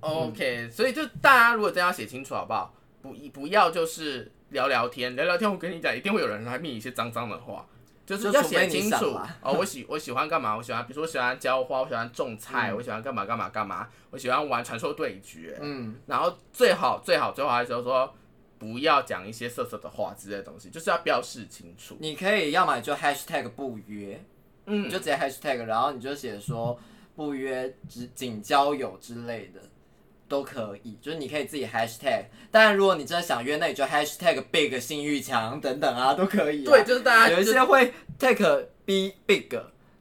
Speaker 2: OK，所以就大家如果真要写清楚，好不好？不，不要就是聊聊天，聊聊天。我跟你讲，一定会有人来密一些脏脏的话，就是
Speaker 1: 就
Speaker 2: 要
Speaker 1: 除非
Speaker 2: 写
Speaker 1: 你
Speaker 2: 清
Speaker 1: 想
Speaker 2: 楚
Speaker 1: 啦。
Speaker 2: 哦，我喜 我喜欢干嘛？我喜欢，比如说我喜欢浇花，我喜欢种菜，我喜欢干嘛干嘛干嘛，我喜欢玩传说对决。
Speaker 1: 嗯，
Speaker 2: 然后最好最好最好还是说不要讲一些色色的话之类的东西，就是要标示清楚。
Speaker 1: 你可以要么你就 hashtag 不约，你
Speaker 2: 嗯，
Speaker 1: 就直接 hashtag，然后你就写说不约只仅交友之类的都可以，就是你可以自己 hashtag。当然，如果你真的想约，那你就 hashtag big 性欲强等等啊，都可以啊、
Speaker 2: 嗯对，就是大家
Speaker 1: 有一
Speaker 2: 就
Speaker 1: 些会 take b big，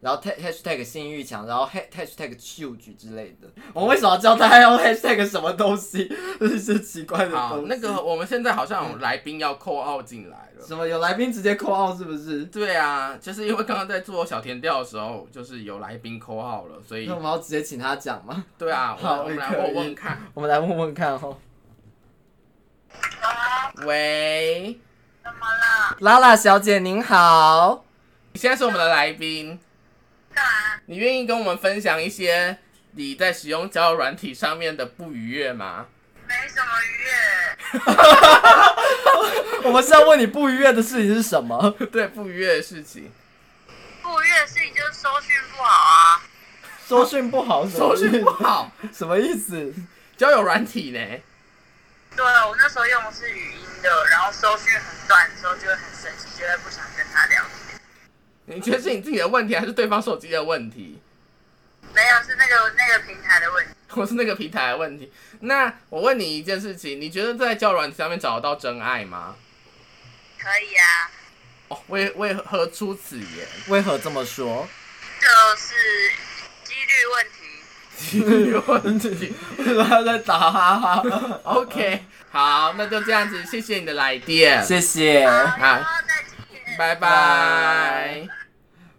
Speaker 1: 然后 ta- hashtag 性欲强，然后 ha- hashtag 嗅举之类的。我为什么要教大家用 hashtag 什么东西？ 就是一些嗯奇怪的
Speaker 2: 好
Speaker 1: 东西。
Speaker 2: 那个我们现在好像有来宾要扣奥进来了。
Speaker 1: 什么有来宾直接扣号是不是？
Speaker 2: 对啊，就是因为刚刚在做小甜调的时候，就是有来宾扣号了，所以
Speaker 1: 那我们要直接请他讲吗？
Speaker 2: 对啊，我
Speaker 1: 嗯
Speaker 2: 们
Speaker 1: 好
Speaker 2: 我们来
Speaker 1: 可以
Speaker 2: 问问看。
Speaker 1: 我们来问问看哦。
Speaker 2: 喂，
Speaker 1: 拉拉小姐您好，
Speaker 2: 你现在是我们的来宾，干嘛？你愿意跟我们分享一些你在使用交友软体上面的不愉悦吗？
Speaker 3: 没什么愉悦，
Speaker 1: 我们是要问你不愉悦的事情是什么？
Speaker 2: 对，不愉悦的事情。
Speaker 3: 不愉悦的事情就是收讯不好啊。
Speaker 1: 收讯不好，
Speaker 2: 手续不好，
Speaker 1: 什么意思？
Speaker 2: 交友软体呢？
Speaker 3: 对啊我那时候用的是语音的，然后收讯很短的时候就会很生气，就会不想跟他聊天。
Speaker 2: 你觉得是你自己的问题，还是对方手机的问题，
Speaker 3: 没有，是那个那个平台的问题。
Speaker 2: 或是那个平台的问题？那我问你一件事情，你觉得在交友软体上面找得到真爱吗？
Speaker 3: 可以啊，
Speaker 2: 哦，为为何出此言？
Speaker 1: 为何这么说？
Speaker 3: 就是几率问题。
Speaker 2: 有问题。
Speaker 1: 为什么他在打哈哈？
Speaker 2: OK，好，那就这样子，谢谢你的来电，
Speaker 1: 谢谢。
Speaker 3: 好，然后再见。
Speaker 2: 拜拜
Speaker 1: 拜。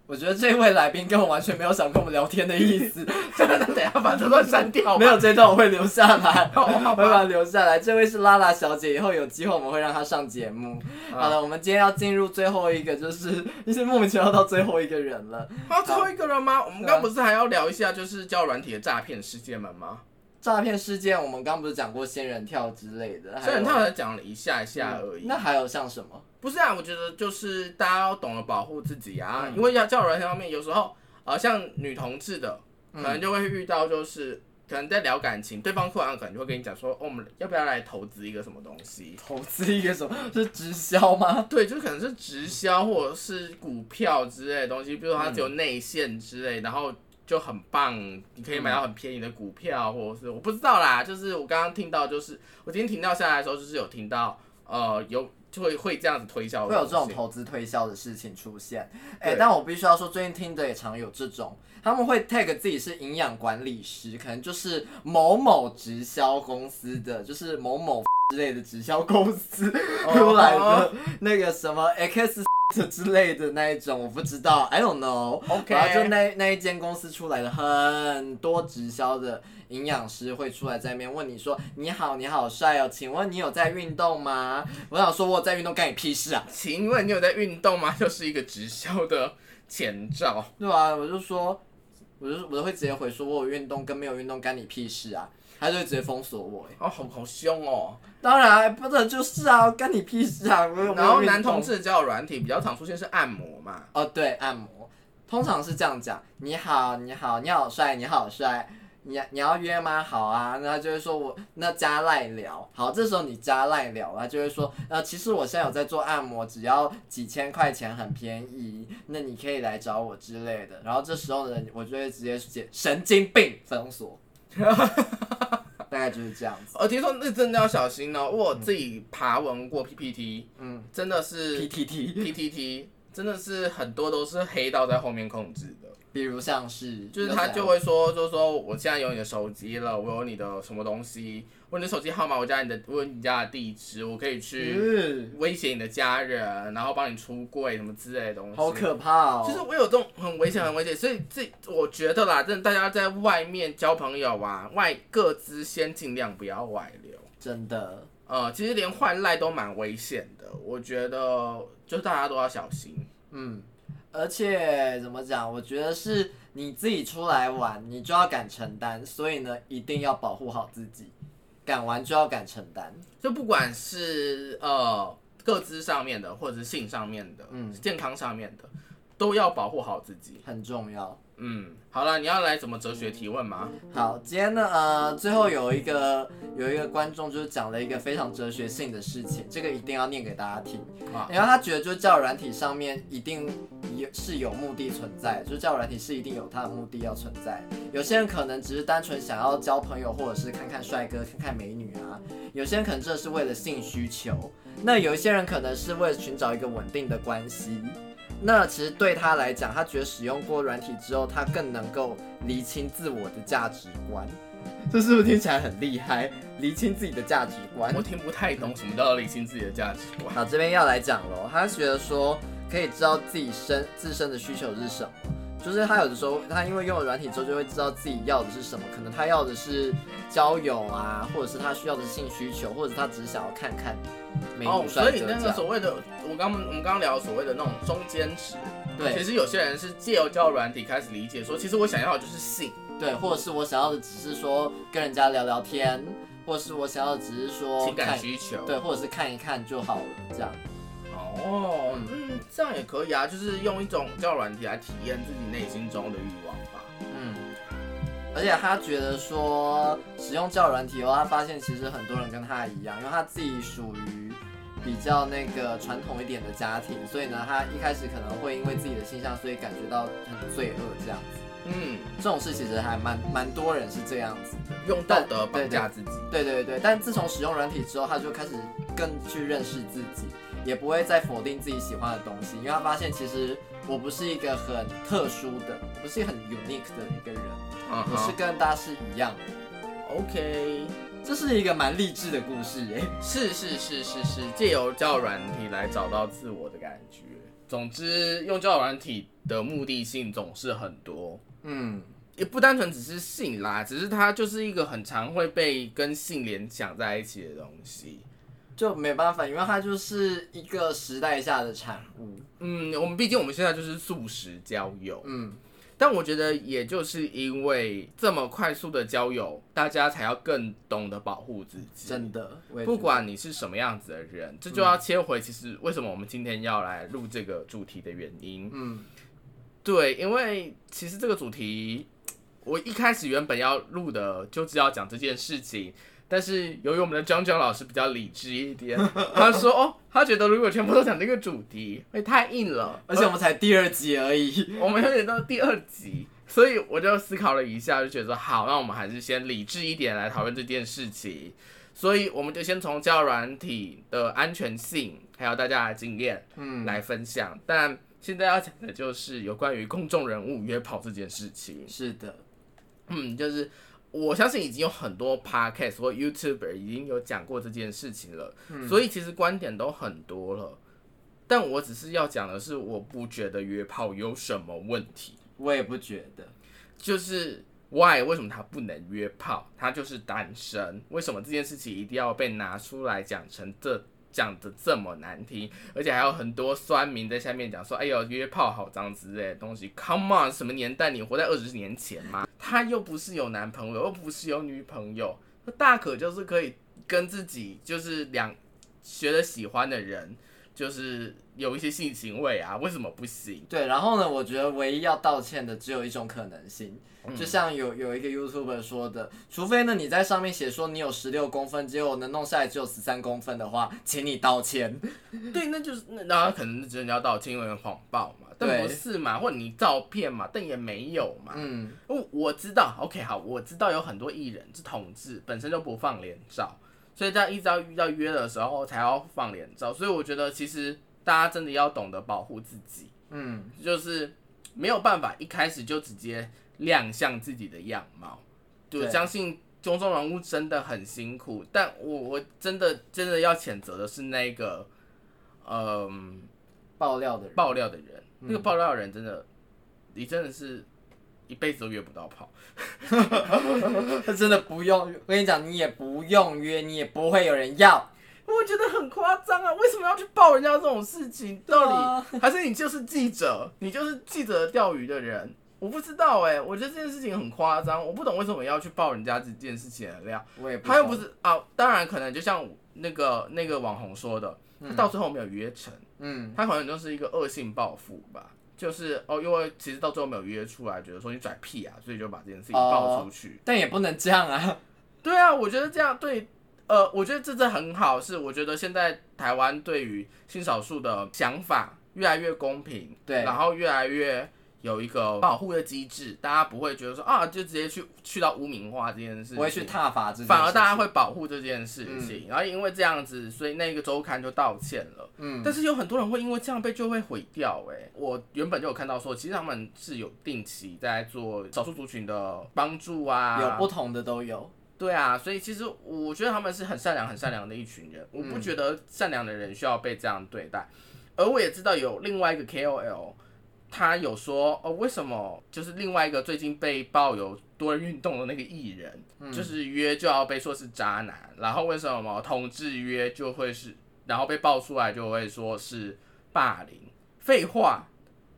Speaker 1: 我觉得这位来宾根本完全没有想跟我们聊天的意思，
Speaker 2: 真的，等一下把这段删掉吧。
Speaker 1: 没有这段我会留下 来，
Speaker 2: 哦
Speaker 1: 我
Speaker 2: 好吧
Speaker 1: 会把它留下来。这位是拉拉小姐，以后有机会我们会让她上节目。好了，我们今天要进入最后一个，就是一直莫名其妙到最后一个人了。
Speaker 2: 啊，最后一个人吗？我们刚不是还要聊一下就是交友软体的诈骗事件们吗？
Speaker 1: 诈骗事件我们刚不是讲过仙人跳之类的，
Speaker 2: 虽然
Speaker 1: 还有啊
Speaker 2: 他才讲了一下下而已。
Speaker 1: 那还有像什么？
Speaker 2: 不是啊，我觉得就是大家要懂得保护自己啊，
Speaker 1: 嗯
Speaker 2: 因为要交友软件方面，有时候呃，像女同志的，可能就会遇到就是。可能在聊感情，对方突然可能就会跟你讲说，哦，我们要不要来投资一个什么东西？
Speaker 1: 投资一个什么？ 是直销吗？
Speaker 2: 对，就可能是直销或者是股票之类的东西，比如说它只有内线之类，然后就很棒，你可以买到很便宜的股票，或者是我不知道啦，就是我刚刚听到，就是我今天停到下来的时候，就是有听到，呃，有就会会这样子推销的
Speaker 1: 会有这种
Speaker 2: 东西
Speaker 1: 投资推销的事情出现。哎、
Speaker 2: 对
Speaker 1: 但我必须要说，最近听的也常有这种，他们会 tag 自己是营养管理师，可能就是某某直销公司的，就是某某之类的直销公司
Speaker 2: 哦
Speaker 1: 出来的那个什么 X。之 类的那一种，我不知道，I don't know。
Speaker 2: OK
Speaker 1: 然后就那那一间公司出来的很多直销的营养师会出来在那边问你说：“你好，你好帅哦，请问你有在运动吗？”我想说，我有在运动干你屁事啊！
Speaker 2: 请问你有在运动吗？ 就是一个直销的前兆。
Speaker 1: 对啊，我就说，我就我都会直接回说，我有运动跟没有运动干你屁事啊！他就会直接封锁我、欸。
Speaker 2: 哦，好好凶哦！
Speaker 1: 当然，不能就是啊，干你屁事啊！我有没有
Speaker 2: 然
Speaker 1: 运
Speaker 2: 后
Speaker 1: 动
Speaker 2: 男同志的交友软体比较常出现是按摩嘛，
Speaker 1: 哦，对，按摩通常是这样讲：你好，你好，你好帅，你好帅，你你要约吗？好啊，然后就会说我那加赖聊，好，这时候你加赖聊，他就会说，呃，其实我现在有在做按摩，只要几千块钱，很便宜，那你可以来找我之类的。然后这时候呢，我就会直接写神经病封 锁，大概就是这样子。
Speaker 2: 哦，听说那真的要小心哦。我有自己爬文过 PPT，
Speaker 1: 嗯
Speaker 2: 真的是
Speaker 1: ，PTT，
Speaker 2: PTT，真的是很多都是黑道在后面控制的。
Speaker 1: 比如像是，
Speaker 2: 就是他就会说，就是说我现在有你的手机了，我有你的什么东西，我有你的手机号码，我加你的，我有你家的地址，我可以去
Speaker 1: 嗯，
Speaker 2: 威胁你的家人，然后帮你出柜什么之类的东西。
Speaker 1: 好可怕哦。
Speaker 2: 就是我有这种很危险、很危险，所以这我觉得啦，真的大家在外面交朋友啊，外各自先尽量不要外流。
Speaker 1: 真的，
Speaker 2: 呃，其实连换赖都蛮危险的，我觉得就大家都要小心。
Speaker 1: 嗯，而且怎么讲？我觉得是你自己出来玩，你就要敢承担，所以呢，一定要保护好自己。敢玩就要敢承担，
Speaker 2: 就不管是呃各自上面的，或者是性上面的，
Speaker 1: 嗯
Speaker 2: 健康上面的，都要保护好自己。
Speaker 1: 很重要。
Speaker 2: 嗯，好了，你要来怎么哲学提问吗？
Speaker 1: 好，今天呢，呃，最后有一个有一个观众就是讲了一个非常哲学性的事情，这个一定要念给大家听。
Speaker 2: 啊，
Speaker 1: 然后他觉得，就是交友软体上面一定也是有目的存在，就是交友软体是一定有它的目的要存在。有些人可能只是单纯想要交朋友，或者是看看帅哥、看看美女啊；有些人可能真的是为了性需求，那有一些人可能是为了寻找一个稳定的关系。那其实对他来讲，他觉得使用过软体之后，他更能够厘清自我的价值观。这是不是听起来很厉害？厘清自己的价值观
Speaker 2: 我。听不太懂什么叫理清自己的价值观。
Speaker 1: 好，这边要来讲喽。他觉得说可以知道自己身自身的需求是什么，就是他有的时候他因为用了软体之后就会知道自己要的是什么，可能他要的是交友啊，或者是他需要的是性需求，或者是他只是想要看看美
Speaker 2: 哦
Speaker 1: 女，
Speaker 2: 所
Speaker 1: 帅
Speaker 2: 以
Speaker 1: 哥
Speaker 2: 那
Speaker 1: 这
Speaker 2: 个
Speaker 1: 样。
Speaker 2: 所谓的，我刚我们刚刚聊所谓的那种中间值，其
Speaker 1: 对嗯
Speaker 2: 实有些人是借由交友软体开始理解说，其实我想要的就是性，
Speaker 1: 对，或者是我想要的只是说跟人家聊聊天，或者是我想要的只是说
Speaker 2: 情感
Speaker 1: 看
Speaker 2: 需求。
Speaker 1: 哦对，或者是看一看就好了这样。
Speaker 2: 哦，嗯，这样也可以啊，就是用一种交友软体来体验自己内心中的欲望吧。
Speaker 1: 嗯，而且他觉得说使用交友软体后，他发现其实很多人跟他一样，因为他自己属于比较那个传统一点的家庭，所以呢，他一开始可能会因为自己的倾向，所以感觉到很罪恶这样子。
Speaker 2: 嗯，
Speaker 1: 这种事其实还蛮蛮多人是这样子的。
Speaker 2: 用道德绑架自己。
Speaker 1: 对对对，但自从使用软体之后，他就开始更去认识自己，也不会再否定自己喜欢的东西，因为他发现其实我不是一个很特殊的，不是很 unique 的一个人。
Speaker 2: 嗯
Speaker 1: 我是
Speaker 2: 哼
Speaker 1: 跟大家是一样的。
Speaker 2: ，OK，
Speaker 1: 这是一个蛮励志的故事哎、
Speaker 2: 是是是是是，借由交友软体来找到自我的感觉。总之，用交友软体的目的性总是很多。
Speaker 1: 嗯，
Speaker 2: 也不单纯只是性啦，只是它就是一个很常会被跟性联想在一起的东西。
Speaker 1: 就没办法，因为它就是一个时代下的产物。
Speaker 2: 嗯，我们毕竟我们现在就是素食交友，
Speaker 1: 嗯，
Speaker 2: 但我觉得也就是因为这么快速的交友，大家才要更懂得保护自己。
Speaker 1: 真的，我也觉得
Speaker 2: 不管你是什么样子的人，这就要切回其实为什么我们今天要来录这个主题的原因。
Speaker 1: 嗯
Speaker 2: 对，因为其实这个主题，我一开始原本要录的就是要讲这件事情，但是由于我们的张张老师比较理智一点， 他说哦，他觉得如果全部都讲这个主题会太硬 了，
Speaker 1: 而且我们才第二集而已。
Speaker 2: 我们有点到第二集，所以我就思考了一下，就觉得说好，那我们还是先理智一点来讨论这件事情。所以我们就先从交友软体的安全性，还有大家的经验
Speaker 1: 嗯，
Speaker 2: 来分享。但现在要讲的就是有关于公众人物约炮这件事情。
Speaker 1: 是的，
Speaker 2: 嗯，就是我相信已经有很多 podcast 或 YouTuber 已经有讲过这件事情了，所以其实观点都很多了。但我只是要讲的是，我不觉得约炮有什么问题，
Speaker 1: 我也不觉得。
Speaker 2: 就是 why 为什么他不能约炮？他就是单身，为什么这件事情一定要被拿出来讲成这讲的这么难听？而且还有很多酸民在下面讲说：“哎呦，约炮好脏之类的东西。”Come on，什么年代？你活在二十年前吗？他又不是有男朋友，又不是有女朋友，他大可就是可以跟自己就是两觉得喜欢的人，就是有一些性行为啊，为什么不行？
Speaker 1: 对，然后呢，我觉得唯一要道歉的只有一种可能性，就像有有一个 YouTuber 说的，除非呢你在上面写说你有十六公分，结果呢弄下来只有十三公分的话，请你道歉。
Speaker 2: 对，那就是那那可能真的要道歉，因为谎报嘛，但
Speaker 1: 对
Speaker 2: 不是嘛，或者你照片嘛，但也没有嘛。
Speaker 1: 嗯，
Speaker 2: 我我知道，OK，好，我知道有很多艺人是同志，本身就不放脸照，所以大家一直要遇到约的时候才要放脸照，所以我觉得其实大家真的要懂得保护自己，
Speaker 1: 嗯，
Speaker 2: 就是没有办法一开始就直接亮相自己的样貌，就
Speaker 1: 对
Speaker 2: 相信公众人物真的很辛苦，但我我真的真的要谴责的是那个，嗯、
Speaker 1: 爆料的人，
Speaker 2: 爆料的人，那个爆料的人真的，你真的是一辈子都约不到炮。
Speaker 1: 他真的不用，我跟你讲，你也不用约，你也不会有人要。
Speaker 2: 我觉得很夸张啊！为什么要去报人家这种事情？到底、
Speaker 1: 啊
Speaker 2: 还是你就是记者，你就是记者钓鱼的人？我不知道哎、我觉得这件事情很夸张，我不懂为什么要去报人家这件事情的料。
Speaker 1: 我也不
Speaker 2: 他又
Speaker 1: 懂
Speaker 2: 不，是啊，当然可能就像那个那个网红说的，他到最后没有约成，
Speaker 1: 嗯，
Speaker 2: 他可能就是一个恶性报复吧。就是哦，因为其实到最后没有约出来，觉得说你拽屁啊，所以就把这件
Speaker 1: 哦
Speaker 2: 事情报出去。
Speaker 1: 但也不能这样啊。
Speaker 2: 对啊，我觉得这样对，呃，我觉得这这很好，是我觉得现在台湾对于性少数的想法越来越公平，
Speaker 1: 对
Speaker 2: 然后越来越有一个保护的机制，大家不会觉得说啊，就直接去去到污名化这件事情，
Speaker 1: 不会去踏伐这件事情，
Speaker 2: 反而大家会保护这件事情，然后因为这样子，所以那个周刊就道歉了。
Speaker 1: 嗯，
Speaker 2: 但是有很多人会因为这样被就会毁掉、欸。我原本就有看到说，其实他们是有定期在做少数族群的帮助啊，
Speaker 1: 有不同的都有。
Speaker 2: 对啊，所以其实我觉得他们是很善良、很善良的一群人。我不觉得善良的人需要被这样对待。而我也知道有另外一个 KOL，他有说哦，为什么就是另外一个最近被爆有多人运动的那个艺人，
Speaker 1: 嗯
Speaker 2: 就是约就要被说是渣男，然后为什么同志约就会是，然后被爆出来就会说是霸凌？废话，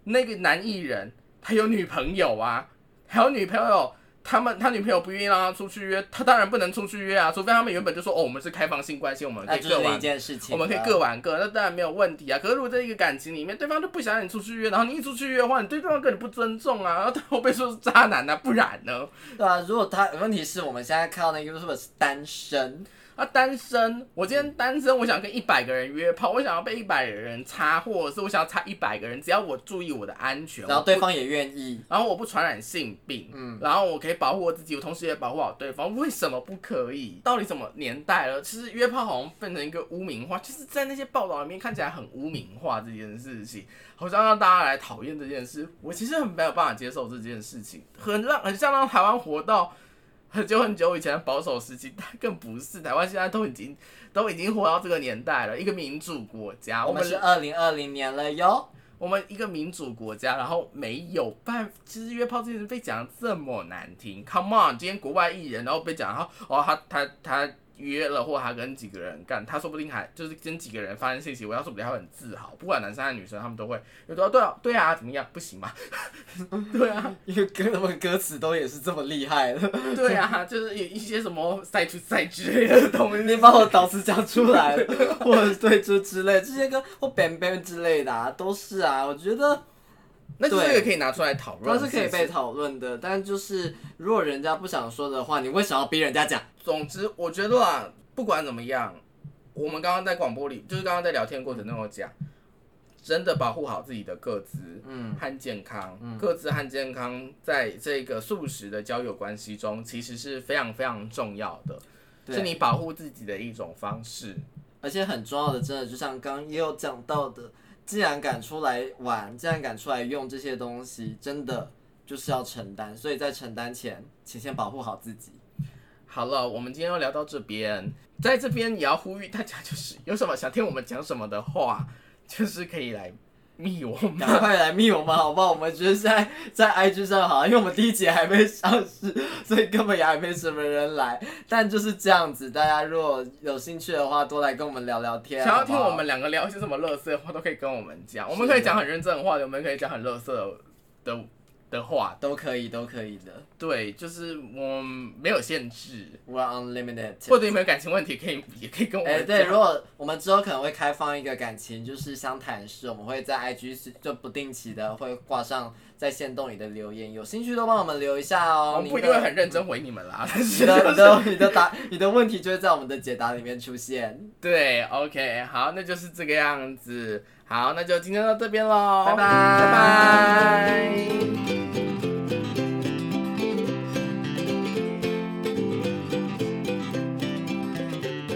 Speaker 2: 那个男艺人他有女朋友啊， 还有女朋友，他们他女朋友不愿意让他出去约，他当然不能出去约啊，除非他们原本就说哦，我们是开放性关系，我们可
Speaker 1: 那
Speaker 2: 以
Speaker 1: 就
Speaker 2: 各
Speaker 1: 是另
Speaker 2: 玩
Speaker 1: 一件事情啊
Speaker 2: 我
Speaker 1: 了，
Speaker 2: 们可以各玩各，那当然没有问题啊。可是如果在一个感情里面，对方就不想让你出去约，然后你一出去约的话，你对对方根本不尊重啊，然后最后被说是渣男啊，不然呢？
Speaker 1: 对啊，如果他问题是我们现在看到那个 YouTube 是单身，
Speaker 2: 啊，单身，我今天单身，我想跟一百个人约炮，我想要被一百个人插，或者是我想要插一百个人，只要我注意我的安全，
Speaker 1: 然后
Speaker 2: 我
Speaker 1: 对
Speaker 2: 不
Speaker 1: 方也愿意，
Speaker 2: 然后我不传染性病，嗯，然后我可以保护我自己，我同时也保护好对方，为什么不可以？到底什么年代了？其实约炮好像变成一个污名化，就是在那些报道里面看起来很污名化这件事情，好像让大家来讨厌这件事。我其实很没有办法接受这件事情，很让很像让台湾活到很久很久以前的保守时期，但更不是台湾现在都已经都已经活到这个年代了，一个民主国家，
Speaker 1: 我
Speaker 2: 啊我
Speaker 1: 们
Speaker 2: 们
Speaker 1: 是二零二零年了哟。
Speaker 2: 我们一个民主国家，然后没有办，其实约炮这件事被讲得这么难听，Come on！今天国外艺人，然后被讲，然后哦，他他他约了，或他跟几个人干，他说不定还就是跟几个人发生性行为，他说不定他会很自豪，不管男生还是女生，他们都会有说对啊对啊怎么样，不行吗？ 对啊
Speaker 1: 因为歌他们歌词都也是这么厉害的，
Speaker 2: 对啊，就是有一些什么 赛出赛之类的东
Speaker 1: 你
Speaker 2: 西，
Speaker 1: 把我导词讲出来了，或者对这之类这些歌或 bang bang 之类的啊，都是啊，我觉得
Speaker 2: 那就是
Speaker 1: 对
Speaker 2: 可以拿出来讨论
Speaker 1: 它
Speaker 2: 的
Speaker 1: 是
Speaker 2: 事
Speaker 1: 可
Speaker 2: 情，
Speaker 1: 以被讨论的，但就是如果人家不想说的话，你为什么要逼人家讲？
Speaker 2: 总之，我觉得啊，不管怎么样，我们刚刚在广播里，就是刚刚在聊天过程中有讲，真的保护好自己的个资
Speaker 1: 嗯
Speaker 2: 和健康
Speaker 1: 嗯。
Speaker 2: 个资和健康在这个素食的交友关系中，其实是非常非常重要的，
Speaker 1: 对
Speaker 2: 是你保护自己的一种方式。
Speaker 1: 而且很重要的，真的就像刚刚也有讲到的，既然敢出来玩，既然敢出来用这些东西，真的就是要承担。所以在承担前，请先保护好自 己。
Speaker 2: 好了，我们今天要聊到这边，在这边也要呼吁大家，就是有什么想听我们讲什么的话，就是可以来密我们。
Speaker 1: 赶快来密我们好不好？我们觉得现在在 IG 上好像，因为我们第一集还没上市，所以根本也还没什么人来。但就是这样子，大家如果有兴趣的话，多来跟我们聊聊天。
Speaker 2: 想要
Speaker 1: 好不
Speaker 2: 听
Speaker 1: 好
Speaker 2: 我们两个聊一些什么乐色的话，都可以跟我们讲。我们可以讲很认真的话，我们可以讲很乐色的的的话。
Speaker 1: 都可以，都可以的。
Speaker 2: 对，就是我们没有限制，
Speaker 1: We're unlimited。
Speaker 2: 或者有没有感情问题，可以也可以跟我
Speaker 1: 哎、
Speaker 2: 们讲。
Speaker 1: 对，如果我们之后可能会开放一个感情，就是相谈室，我们会在 IG 是就不定期的会挂上在线动里的留言，有兴趣都帮我们留一下哦。
Speaker 2: 我们不一
Speaker 1: 你
Speaker 2: 定
Speaker 1: 的
Speaker 2: 会很认真回你们 啦，但
Speaker 1: 你
Speaker 2: 是
Speaker 1: 的你的你的答你的问题就会在我们的解答里面出现。
Speaker 2: 对，OK，好，那就是这个样子。好，那就今天到这边喽，
Speaker 1: 拜拜
Speaker 2: 拜拜。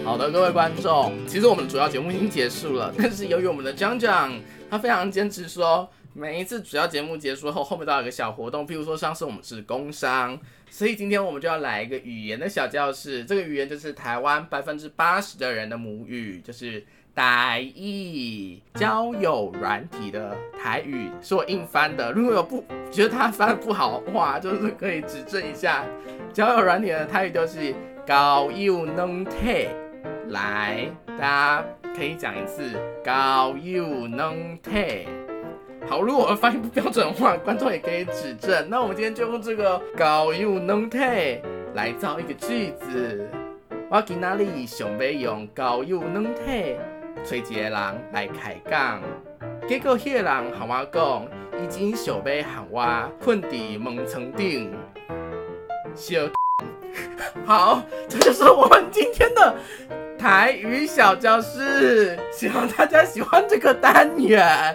Speaker 2: 好的，各位观众，其实我们的主要节目已经结束了，但是由于我们的张张他非常坚持说，每一次主要节目结束后，后面都要有一个小活动，譬如说上次我们是工商，所以今天我们就要来一个语言的小教室。这个语言就是台湾百分之八十的人的母语，就是台语。交友软体的台语是我硬翻的，如果有不觉得它翻的不好的话，就是可以指正一下。交友软体的台语就是高友能体。来，大家可以讲一次高友能体。好，如果我发音不标准的话，观众也可以指正。那我们今天就用这个高又能退来造一个句子。我今仔日想要用高又能退找一个人来开讲，结果迄个人向我讲，伊真想要向我困伫门床顶。小 好，这就是我们今天的台语小教室，希望大家喜欢这个单元。